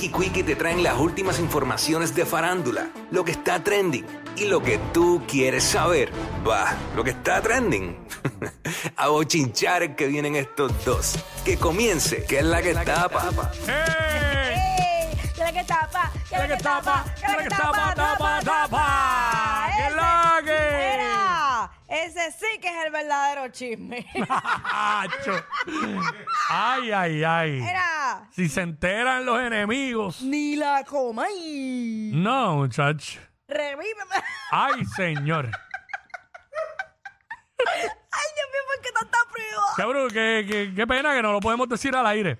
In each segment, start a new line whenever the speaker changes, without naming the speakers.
y Quickie te traen las últimas informaciones de farándula, lo que está trending y lo que tú quieres saber. Va, lo que está trending. A bochinchar que vienen estos dos. Que comience, que es la que tapa.
¡Ey!
¡Ey! ¡Que la que tapa! ¡Que la que tapa! ¡Que la que tapa! ¡Tapa, tapa!
¡Que
Ese-
la que!
Mira, Ese sí que es el verdadero chisme.
¡Acho! ¡Ay, ay, ay!
Mira,
Si se enteran los enemigos.
ni la comáis.
No, muchachos.
Revíveme.
¡Ay, señor!
Ay, Dios mío, ¿por qué tanta prueba?
Qué, bru- qué- qué- qué pena que no lo podemos decir al aire.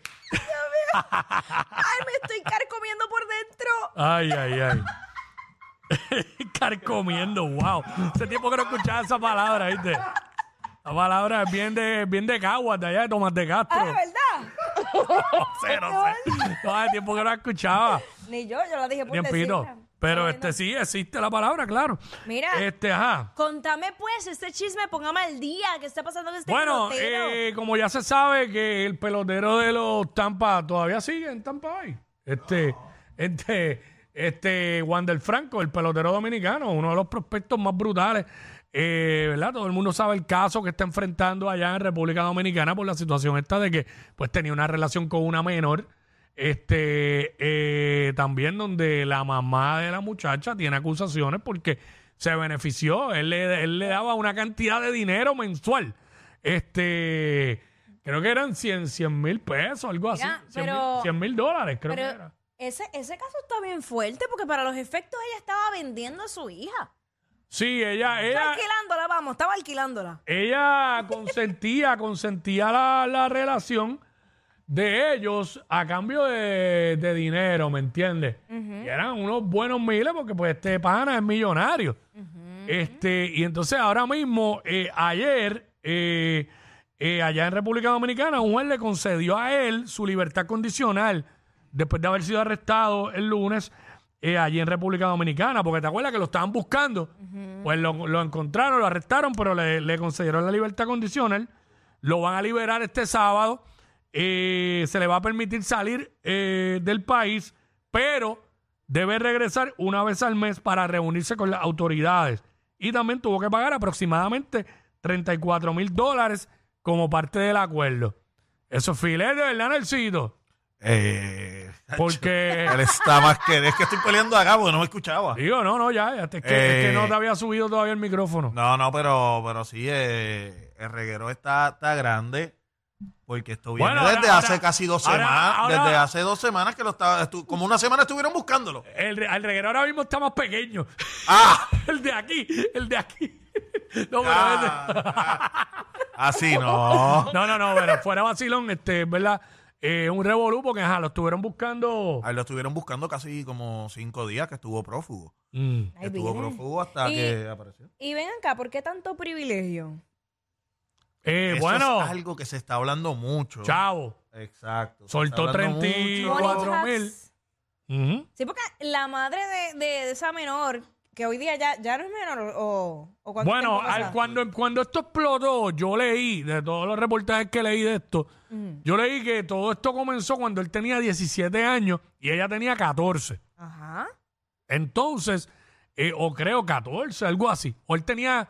Ay, me estoy carcomiendo por dentro.
¡Ay, ay, ay! Carcomiendo, wow. Hace tiempo que no escuchaba esa palabra, ¿viste? La palabra es bien de, bien de Caguas, de allá de Tomás de Castro.
Ah, ¿verdad?
No sé, no sé. No, hace tiempo que no la escuchaba.
Ni yo, yo la dije por
Tiempito.
decirla.
Pero
Bueno,
este sí existe la palabra, claro.
Mira.
Este, ajá.
Contame, pues, este chisme, póngame al día. ¿Qué está pasando en este
Bueno,
pelotero?
eh, como ya se sabe que el pelotero de los Tampa todavía sigue en Tampa Bay. Este, este, este, Wander Franco, el pelotero dominicano, uno de los prospectos más brutales. eh, ¿verdad? Todo el mundo sabe el caso que está enfrentando allá en República Dominicana por la situación esta de que pues tenía una relación con una menor. Este, eh, también donde la mamá de la muchacha tiene acusaciones porque se benefició, él le, él le daba una cantidad de dinero mensual. Este, creo que eran 100 mil pesos, algo así.
Mira,
100
pero-
mil dólares, creo que
Pero
era.
ese, ese caso está bien fuerte porque para los efectos ella estaba vendiendo a su hija.
Sí, ella,
Estaba
ella,
alquilándola, vamos, estaba alquilándola.
ella consentía, consentía la, la relación de ellos a cambio de, de dinero, ¿me entiendes? Y eran unos buenos miles porque pues este pana es millonario. Este, y entonces ahora mismo, eh, ayer, eh, eh, allá en República Dominicana, un juez le concedió a él su libertad condicional después de haber sido arrestado el lunes eh, allí en República Dominicana, porque te acuerdas que lo estaban buscando, pues lo, lo encontraron, lo arrestaron, pero le, le concedieron la libertad condicional, lo van a liberar este sábado, eh, se le va a permitir salir eh, del país, pero debe regresar una vez al mes para reunirse con las autoridades. Y también tuvo que pagar aproximadamente 34 mil dólares como parte del acuerdo. Eso es filete, ¿verdad, Nelsito?
Eh,
Porque,
él está más que. Es que estoy peleando acá porque no me escuchaba.
digo, no, no, ya, ya, es, que,
Eh.
es que no te había subido todavía el micrófono.
No, no, pero, pero sí, eh, el reguero está, está grande. Porque esto viene
Bueno, ahora-
desde hace
ahora-
casi dos
ahora-
semanas.
ahora-
desde hace dos semanas que lo estaba. estu- como una semana estuvieron buscándolo.
El, re- el reguero ahora mismo está más pequeño.
¡Ah!
el de aquí, el de aquí. No, pero ese-
ah, ah. Así no.
no, no, no, pero fuera vacilón, este, ¿verdad? Eh, un revolú porque ajá, lo estuvieron buscando.
Ahí lo estuvieron buscando casi como cinco días que estuvo prófugo.
Mm.
Ay,
estuvo
mira.
prófugo hasta
Y-
que apareció.
Y ven acá, ¿por qué tanto privilegio?
Eh,
Eso
bueno,
Es algo que se está hablando mucho.
chavo.
Exacto. se
Soltó
está hablando
34.
mucho.
Cuatro
Money
mil.
tax.
Ujú.
Sí, porque la madre de, de- de esa menor, que hoy día ya, ya no es menor, o, o cuánto
Bueno,
tiempo pasa?
al- cuando, cuando esto explotó, yo leí, de todos los reportajes que leí de esto,
Ujú.
yo leí que todo esto comenzó cuando él tenía 17 años y ella tenía 14.
Ajá.
Entonces, eh, o creo 14, algo así. O él tenía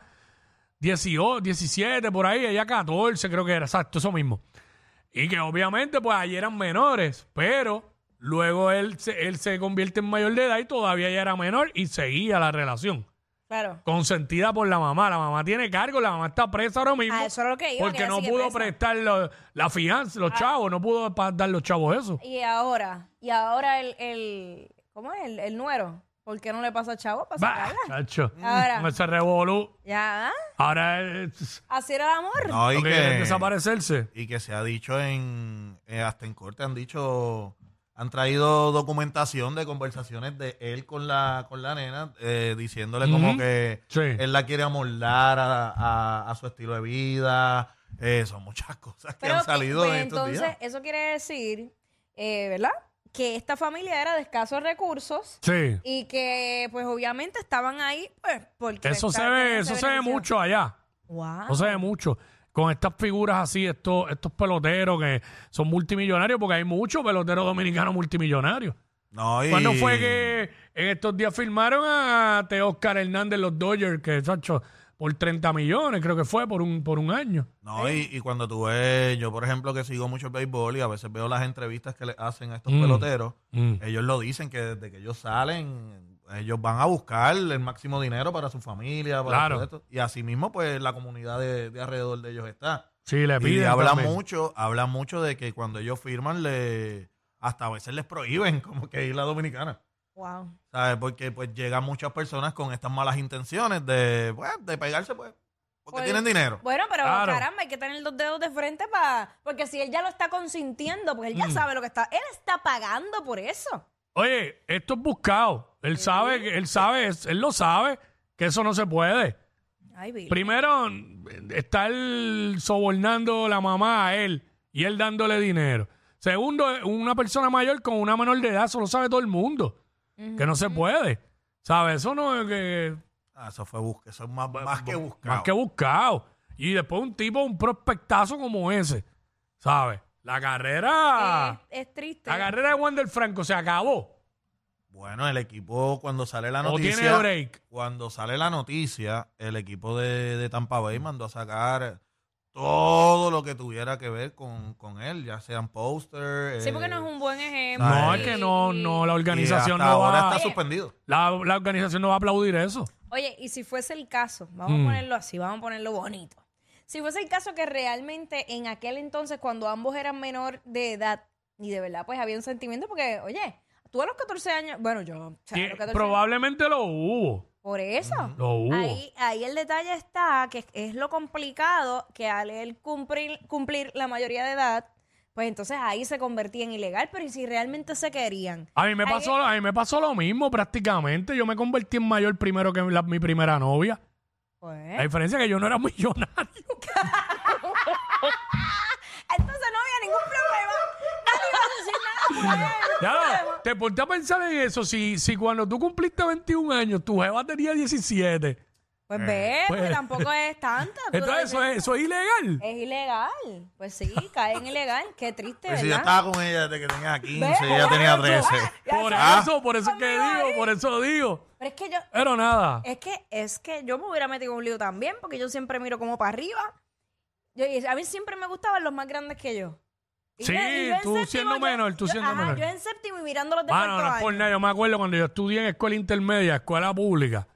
18, 17 por ahí, ella 14, creo que era, exacto, eso mismo. Y que obviamente, pues allí eran menores, pero luego él se, él se convierte en mayor de edad y todavía ella era menor y seguía la relación.
Claro.
consentida por la mamá. La mamá tiene cargo, la mamá está presa ahora mismo.
A Ah, eso era lo que iba. que
porque
ella
no
sigue
pudo
presa. Ah.
prestar lo- la fianza, los chavos, no pudo pa- dar los chavos eso.
Y ahora, y ahora el, el ¿cómo es? El, el nuero. ¿Por qué no le pasa a Chavo para
Bah,
sacarla?
chacho.
Ahora.
Con ese revolú.
Ya,
Ahora es,
así era el amor.
No,
lo que
y
quieren es
que-
desaparecerse.
y que se ha dicho en eh, hasta en corte han dicho han traído documentación de conversaciones de él con la con la nena eh, diciéndole como
Ujú.
que
Sí.
él la quiere amoldar a, a- a su estilo de vida Eh, son muchas cosas que han
que-
salido
pues,
en estos
entonces,
días
eso quiere decir, eh, ¿verdad? Que esta familia era de escasos recursos
Sí.
y que, pues, obviamente estaban ahí, pues, porque...
Eso se
estaban-
ve,
tenían
eso
ese
se ve
beneficio.
mucho allá.
Wow.
No se ve mucho. Con estas figuras así, estos, estos peloteros que son multimillonarios, porque hay muchos peloteros dominicanos multimillonarios.
No, y-
¿Cuándo fue que en estos días firmaron a T. Oscar Hernández los Dodgers, que chacho, por 30 millones, creo que fue, por un, por un año?
No, y, y cuando tú ves, yo por ejemplo que sigo mucho el béisbol y a veces veo las entrevistas que le hacen a estos
Mm.
peloteros,
Mm.
ellos lo dicen que desde que ellos salen, ellos van a buscar el máximo dinero para su familia, para
Claro.
todo esto. Y así mismo, pues la comunidad de, de alrededor de ellos está.
Sí, le
Y
piden.
habla
también.
mucho, habla mucho de que cuando ellos firman, le, hasta a veces les prohíben como que ir a la dominicana.
Wow.
¿Sabes? Porque pues llegan muchas personas con estas malas intenciones de, pues, de pegarse, pues, porque
Pues-
tienen dinero.
Bueno, pero
Claro.
caramba, hay que tener los dedos de frente para. Porque si él ya lo está consintiendo, porque él
Mm.
ya sabe lo que está. Él está pagando por eso.
Oye, esto es buscado. Él sabe, que- él sabe, es- él lo sabe, que eso no se puede.
Ay, vi.
Primero, estar sobornando la mamá a él y él dándole dinero. Segundo, una persona mayor con una menor de edad, eso lo sabe todo el mundo. Que no se puede. ¿Sabes? Eso no es que.
Ah, eso fue busque, eso es más, más que buscar.
Pues, Más que buscado. Y después un tipo, un prospectazo como ese. ¿Sabes? La carrera.
Eh, es, es triste.
la carrera de Wander Franco se acabó.
Bueno, el equipo cuando sale la
O
noticia.
tiene break.
Cuando sale la noticia, el equipo de, de Tampa Bay mandó a sacar todo lo que tuviera que ver con, con él, ya sean póster.
Sí, porque
eh,
no es un buen ejemplo.
No,
Ay.
es que no, no, la
y
organización
hasta
no
ahora
va.
está suspendido.
La, la organización no va a aplaudir eso.
Oye, y si fuese el caso, vamos
Mm.
a ponerlo así, vamos a ponerlo bonito. Si fuese el caso que realmente en aquel entonces, cuando ambos eran menor de edad, y de verdad, pues había un sentimiento, porque, oye, tú a los 14 años, bueno, yo, o sea, a
Que
los 14 años,
probablemente lo hubo.
por eso.
Lo hubo.
Ahí, ahí el detalle está, que es lo complicado, que al él cumplir, cumplir la mayoría de edad, pues entonces ahí se convertía en ilegal, pero ¿y si realmente se querían?
A mí, me
Ahí-
pasó, a mí me pasó lo mismo prácticamente. Yo me convertí en mayor primero que la- mi primera novia.
Pues,
La diferencia es que yo no era millonario.
entonces no había ningún problema. Nadie iba a decir nada, pues.
Ya, te ponte a pensar en eso. Si, si cuando tú cumpliste 21 años, tu jeva tenía 17.
Pues ve,
pues.
pues tampoco es tanta. tú lo
Entonces, eso es,
dices.
eso es ilegal.
Es ilegal. Pues sí, cae en ilegal. Qué triste,
Pues si yo
¿verdad?
estaba con ella desde que tenía 15,
Ve, ah,
ella tenía
muchacho.
13.
Ya
Por
sabes.
eso, por eso es que
Conmigo ahí.
digo, por eso digo.
Pero es que yo,
Pero nada.
es que, es que yo me hubiera metido en un lío también, porque yo siempre miro como para arriba. Yo- y a mí siempre me gustaban los más grandes que yo. Y
Sí,
yo- y yo en
tú
séptimo,
siendo
yo-
menor, tú
yo-
siendo
ajá,
menor.
Yo en séptimo y mirando los de
Mano,
cuarto
no es por
año.
nada. Yo me acuerdo cuando yo estudié en escuela intermedia, escuela pública.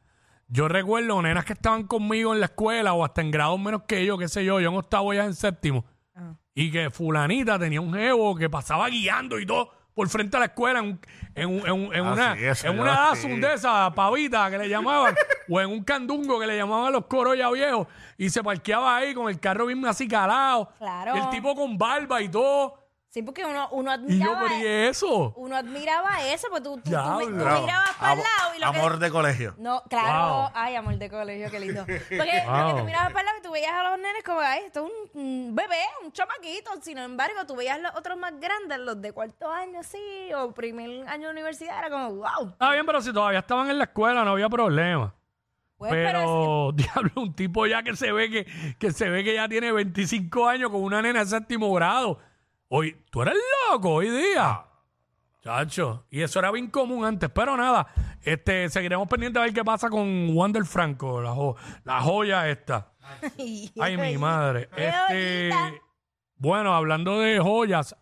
Yo recuerdo nenas que estaban conmigo en la escuela o hasta en grados menos que yo, qué sé yo, yo en octavo ya en séptimo.
Ah.
Y que fulanita tenía un jevo que pasaba guiando y todo por frente a la escuela en, un- en un- en un- en
Ah,
una,
sí, eso
en
yo
una
sí.
Datsun de esas, pavita que le llamaban, o en un candungo que le llamaban los coros ya viejos, y se parqueaba ahí con el carro bien así calado.
Claro.
El tipo con barba y todo.
Sí, porque uno, uno
Y yo,
admiraba.
pero ¿y eso?
uno admiraba eso, porque tú, tú- tú mi- tú
Diablo.
mirabas para el
Amo-
lado y lo que
Amor de colegio.
No, claro.
Wow.
Ay, amor de colegio, qué lindo. Porque lo que
Wow.
tú mirabas para el lado y tú veías a los nenes como, ay, esto es un, un bebé, un chamaquito. Sin embargo, tú veías los otros más grandes, los de cuarto año, sí, o primer año de universidad, era como, wow.
Está bien, pero si todavía estaban en la escuela no había problema.
Pues,
pero, diablo, un tipo ya que se ve que, que se ve que ya tiene 25 años con una nena de séptimo grado. Hoy, tú eres loco hoy día. Chacho, y eso era bien común antes, pero nada, este, seguiremos pendientes a ver qué pasa con Wander Franco, la, jo- la joya esta. Ay, mi madre.
Qué
Este,
bonita.
bueno, hablando de joyas,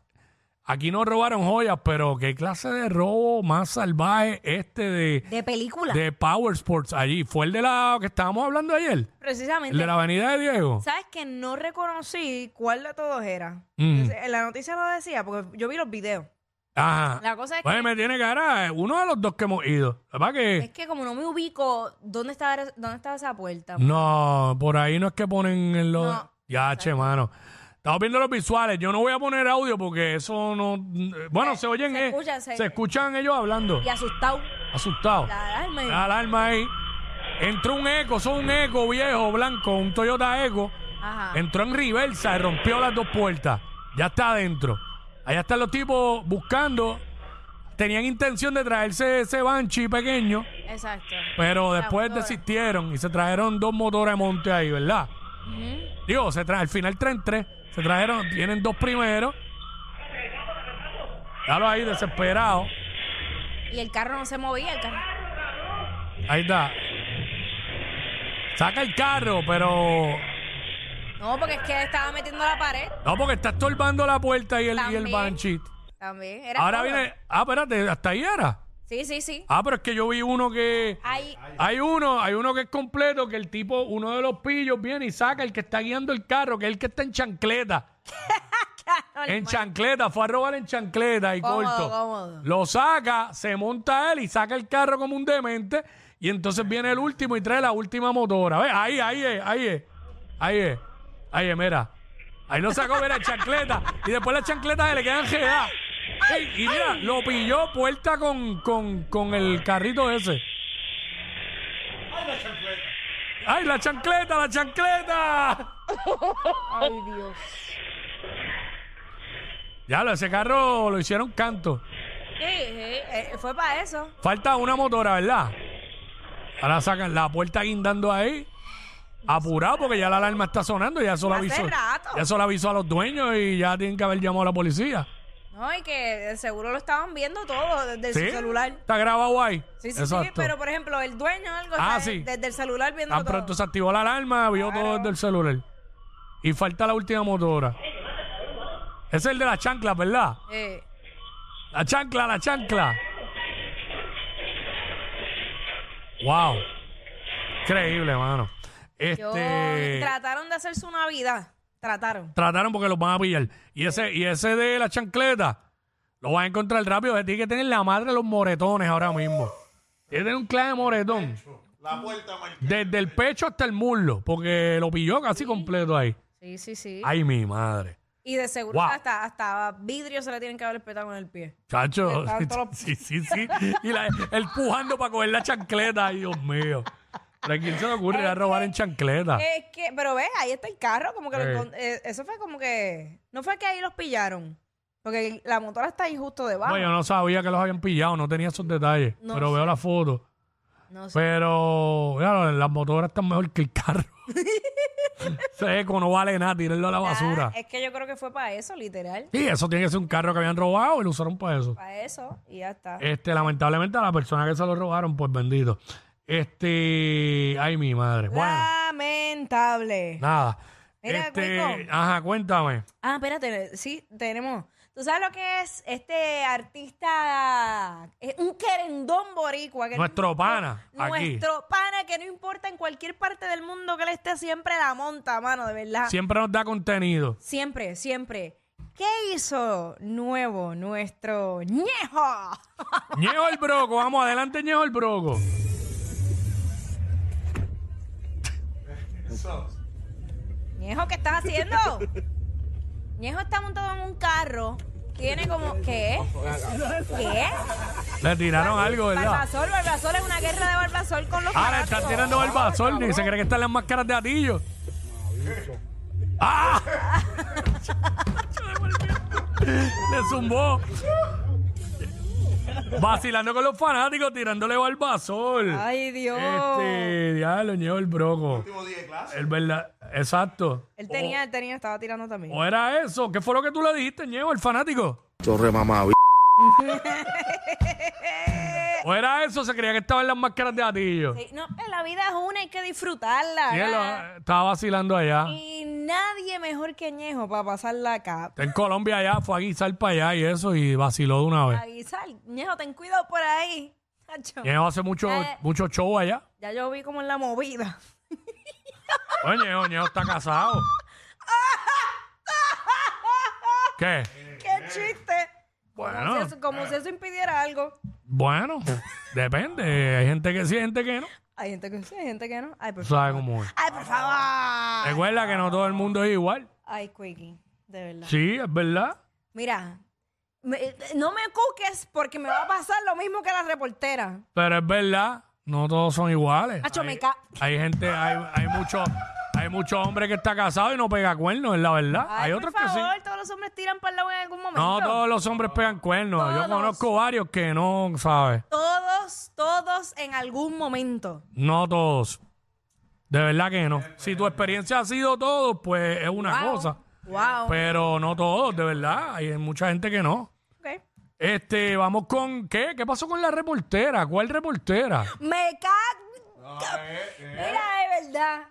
aquí no robaron joyas, pero qué clase de robo más salvaje este de,
De película,
de Power Sports allí. Fue el de la que estábamos hablando ayer, el
precisamente.
de la Avenida de Diego.
¿Sabes que no reconocí cuál de todos era?
Mm.
Entonces, En la noticia lo decía, porque yo vi los videos.
Ajá.
La cosa es que,
Oye, me tiene cara eh, uno de los dos que hemos ido. La verdad que
es que como no me ubico, ¿dónde estaba, dónde estaba esa puerta?
Mm. no, por ahí no es que ponen en los.
No.
Ya, che, mano. Estamos viendo los visuales. Yo no voy a poner audio porque eso no. Bueno, se, oyen.
se
eh,
escucha, se-
escuchan ellos hablando.
Y asustado.
Asustado.
La alarma.
La alarma ahí. Entró un eco, son un eco viejo, blanco, un Toyota Eco.
Ajá.
Entró en reversa y rompió las dos puertas. Ya está adentro. Allá están los tipos buscando. Tenían intención de traerse ese Banshee pequeño,
Exacto.
pero después
motora.
desistieron y se trajeron dos motores de monte ahí, ¿verdad? Digo, se tra- al final traen tres. Se trajeron, tienen dos primeros. Déjalo ahí desesperado.
Y el carro no se movía, el carro.
Ahí está. Saca el carro, pero.
No, porque es que le estaba metiendo a la pared
No, porque está estorbando la puerta y el, y el
También.
banshee.
también. Era
Ahora
todo.
viene. Ah, espérate, hasta ahí era.
Sí, sí, sí.
Ah, pero es que yo vi uno que.
Ahí,
Hay uno, hay uno que es completo, que el tipo, uno de los pillos viene y saca el que está guiando el carro, que es el que está en chancleta. en chancleta, fue a robar en chancleta y
Cómodo,
corto.
cómodo.
Lo saca, se monta él y saca el carro como un demente. Y entonces viene el último y trae la última motora. ¿Ves? Ahí, ahí es, ahí es. Ahí es. Ahí es, mira. Ahí lo sacó, mira, en chancleta. Y después las chancletas se le quedan regadas. Ey, y mira, lo pilló puerta con, con, con el carrito ese. ¡Ay, la chancleta, la chancleta!
ay Dios.
Ya, lo- ese carro lo hicieron canto.
Sí, sí, eh, fue para eso.
Falta una motora, ¿verdad? Ahora sacan la puerta guindando ahí. Apurado porque ya la alarma está sonando, ya eso lo
Hace
avisó.
rato.
Ya eso lo avisó a los dueños y ya tienen que haber llamado a la policía.
No, y que de seguro lo estaban viendo todo desde su celular.
Está grabado ahí.
Sí, sí, sí,
Exacto.
pero por ejemplo, el dueño o algo
Ah,
está
sí.
desde el celular viendo
Tan
todo.
pronto se activó la alarma, vio todo desde el celular. Y falta la última motora. Es el de la chancla, ¿verdad?
Eh,
La chancla, la chancla. Wow. Increíble, mano.
yo-
Este.
Trataron de hacer su Navidad. Trataron.
Trataron porque los van a pillar. Y ese, y ese de la chancleta, lo van a encontrar rápido. Ese Tiene que tener la madre de los moretones ahora mismo. Tiene que tener un clave de moretón.
La puerta marcada.
Desde el pecho hasta el muslo. Porque lo pilló casi completo ahí.
Sí, sí, sí.
Ay, mi madre.
Y de seguro
Wow.
hasta, hasta vidrio se le tienen que haber espetado con el pie.
Chacho,
Están todos los-
sí, sí, sí. Y la, él pujando para coger la chancleta. Ay, Dios mío. ¿Pero a quién se le ocurre ir a robar en chancleta?
Es que, pero ve, ahí está el carro, como que lo
Sí.
encon- eh, eso fue como que no fue que ahí los pillaron, porque la motora está ahí justo debajo.
No, yo no sabía que los habían pillado, no tenía esos detalles.
No
pero veo la foto.
No sé.
Pero, claro, las motoras están mejor que el carro. Seco, no vale nada, tírenlo a la
Nada,
basura.
es que yo creo que fue para eso, literal,
Sí, eso tiene que ser un carro que habían robado y lo usaron para eso.
para eso y ya está.
Este, lamentablemente a la persona que se lo robaron, pues bendito. Este, ay, mi madre. Bueno,
Lamentable.
nada.
Ah. Mira,
Este,
Cuico.
ajá, cuéntame.
Ah, espérate, sí, tenemos. ¿Tú sabes lo que es este artista? Es un querendón boricua. Que
Nuestro pana, aquí.
Nuestro pana que no importa en cualquier parte del mundo que él esté, siempre la monta, mano, de verdad.
Siempre nos da contenido.
Siempre, siempre. ¿Qué hizo nuevo nuestro ñejo?
Ñejo el broco, vamos adelante, Ñejo el broco.
ñejo, ¿qué estás haciendo? ñejo está montado en un carro. Tiene como... ¿Qué? ¿Qué?
Le tiraron algo, ¿verdad?
Barbasol, Barbasol es una guerra de Barbasol con los
Ahora están
fanáticos.
tirando el basol y se cree que están las máscaras de atillo. ¡Ah! Le zumbó. Vacilando con los fanáticos, tirándole barbasol.
Ay, Dios.
Este, diablo, ñejo el broco.
Último día de clase.
El verdad, exacto.
Él tenía, él tenía, estaba tirando también.
Este, ¿O era eso? ¿Qué fue lo que tú le dijiste, ñejo, el fanático?
Torre mamá,
¿O era eso? Se creía que estaban las máscaras de atillo.
Sí, No, pues, la vida es una, hay que disfrutarla.
Y él lo-
¿verdad?
eh, estaba vacilando allá.
Y nadie mejor que ñejo para pasarla acá.
Está en Colombia allá, fue a guisar para allá y eso, y vaciló de una vez.
Ahí sal, ñejo, ten cuidado por ahí. Nacho.
Ñejo hace mucho,
Eh.
mucho show allá.
Ya yo vi como en la movida.
Oye, Ñejo, Ñejo está casado. ¿Qué?
¡Qué chiste! Como si
Bueno,
eso, como si eso impidiera algo.
bueno, depende. Hay gente que sí, hay gente que no.
Hay gente que sí, hay gente que no. Ay, por
Tú
favor.
sabes cómo es.
Ay, por favor.
Recuerda que no todo el mundo es igual.
Ay, Quickie, de verdad.
Sí, es verdad.
Mira, me- eh, no me cuques porque me va a pasar lo mismo que la reportera.
Pero es verdad, no todos son iguales.
Nacho,
Hay-
me ca-
Hay gente, hay, hay mucho, hay mucho hombre que está casado y no pega cuernos, es la verdad.
Ay,
hay
por
otros que sí.
favor, todos los hombres tiran para el lado en algún momento.
No todos los hombres pegan cuernos. Yo
Todos.
conozco varios que no, ¿sabes?
Todos, todos en algún momento.
No todos. De verdad que no. Si tu experiencia ha sido todos, pues es una
Wow.
cosa. Pues-
Wow.
Pero no todos, de verdad. Hay mucha gente que no.
Ok.
Este, vamos con. ¿Qué? ¿Qué pasó con la reportera? ¿Cuál reportera?
Me cago. Mira, de verdad,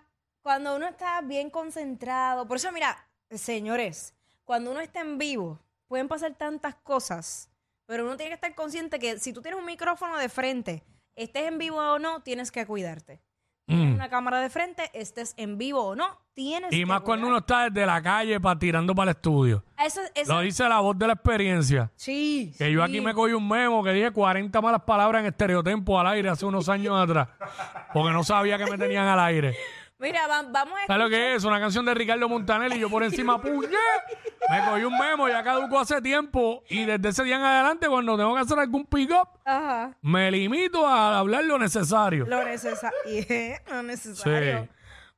cuando uno está bien concentrado, por eso mira, señores, cuando uno está en vivo, pueden pasar tantas cosas, pero uno tiene que estar consciente que si tú tienes un micrófono de frente, estés en vivo o no, tienes que cuidarte. Tienes Una cámara de frente, estés en vivo o no, tienes
Mm. Y
que
más cuando uno
cuidarte.
está desde la calle para tirando para el estudio.
Eso, eso-
Lo dice la voz de la experiencia.
sí.
Que yo aquí
sí.
me cogí un memo que dije 40 malas palabras en estereotempo al aire hace unos años atrás. Porque no sabía que me tenían al aire.
Mira, va- vamos a
¿Sabes lo que es? Una canción de Ricardo Montaner y yo por encima, ¡puñe! Me cogí un memo, ya caducó hace tiempo. Y desde ese día en adelante, cuando tengo que hacer algún pick-up,
Ajá.
me limito a hablar lo necesario.
Lo, necesa- y- lo necesario.
Sí.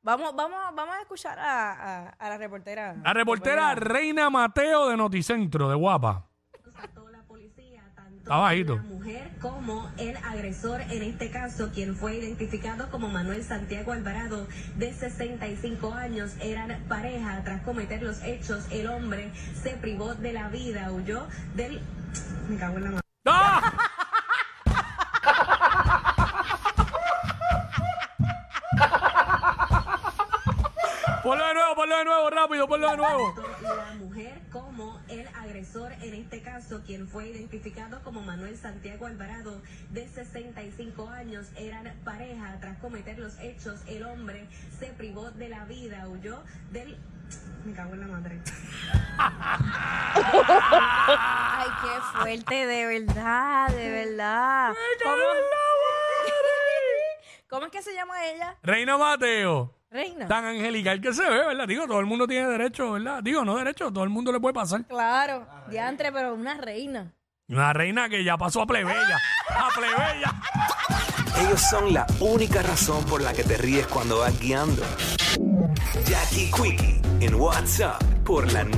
Vamos, vamos, vamos a escuchar a, a- a la reportera.
La reportera Reina Mateo de Noticentro, de Guapa.
Ató la policía, tanto
Está bajito.
la mujer como el agresor en este caso, quien fue identificado como Manuel Santiago Alvarado, de 65 años, eran pareja. Tras cometer los hechos, el hombre se privó de la vida, huyó del... Me cago en la mano.
¡Ah! Ponlo de nuevo, ponlo de nuevo, rápido, ponlo de nuevo.
La mujer como el agresor en este caso, quien fue identificado como Manuel Santiago Alvarado, de 65 años, eran pareja. Tras cometer los hechos, el hombre se privó de la vida, huyó del... Me cago en la madre.
Ay, qué fuerte, de verdad, de verdad. ¿Cómo, ¿Cómo es que se llama ella?
Reina Mateo.
Reina.
Tan angelical que se ve, ¿verdad? Digo, todo el mundo tiene derecho, ¿verdad? Digo, no derecho, todo el mundo le puede pasar.
Claro, diantre, pero una reina.
Una reina que ya pasó a plebeya. A plebeya.
Ellos son la única razón por la que te ríes cuando vas guiando. Jackie Quickie en WhatsApp por la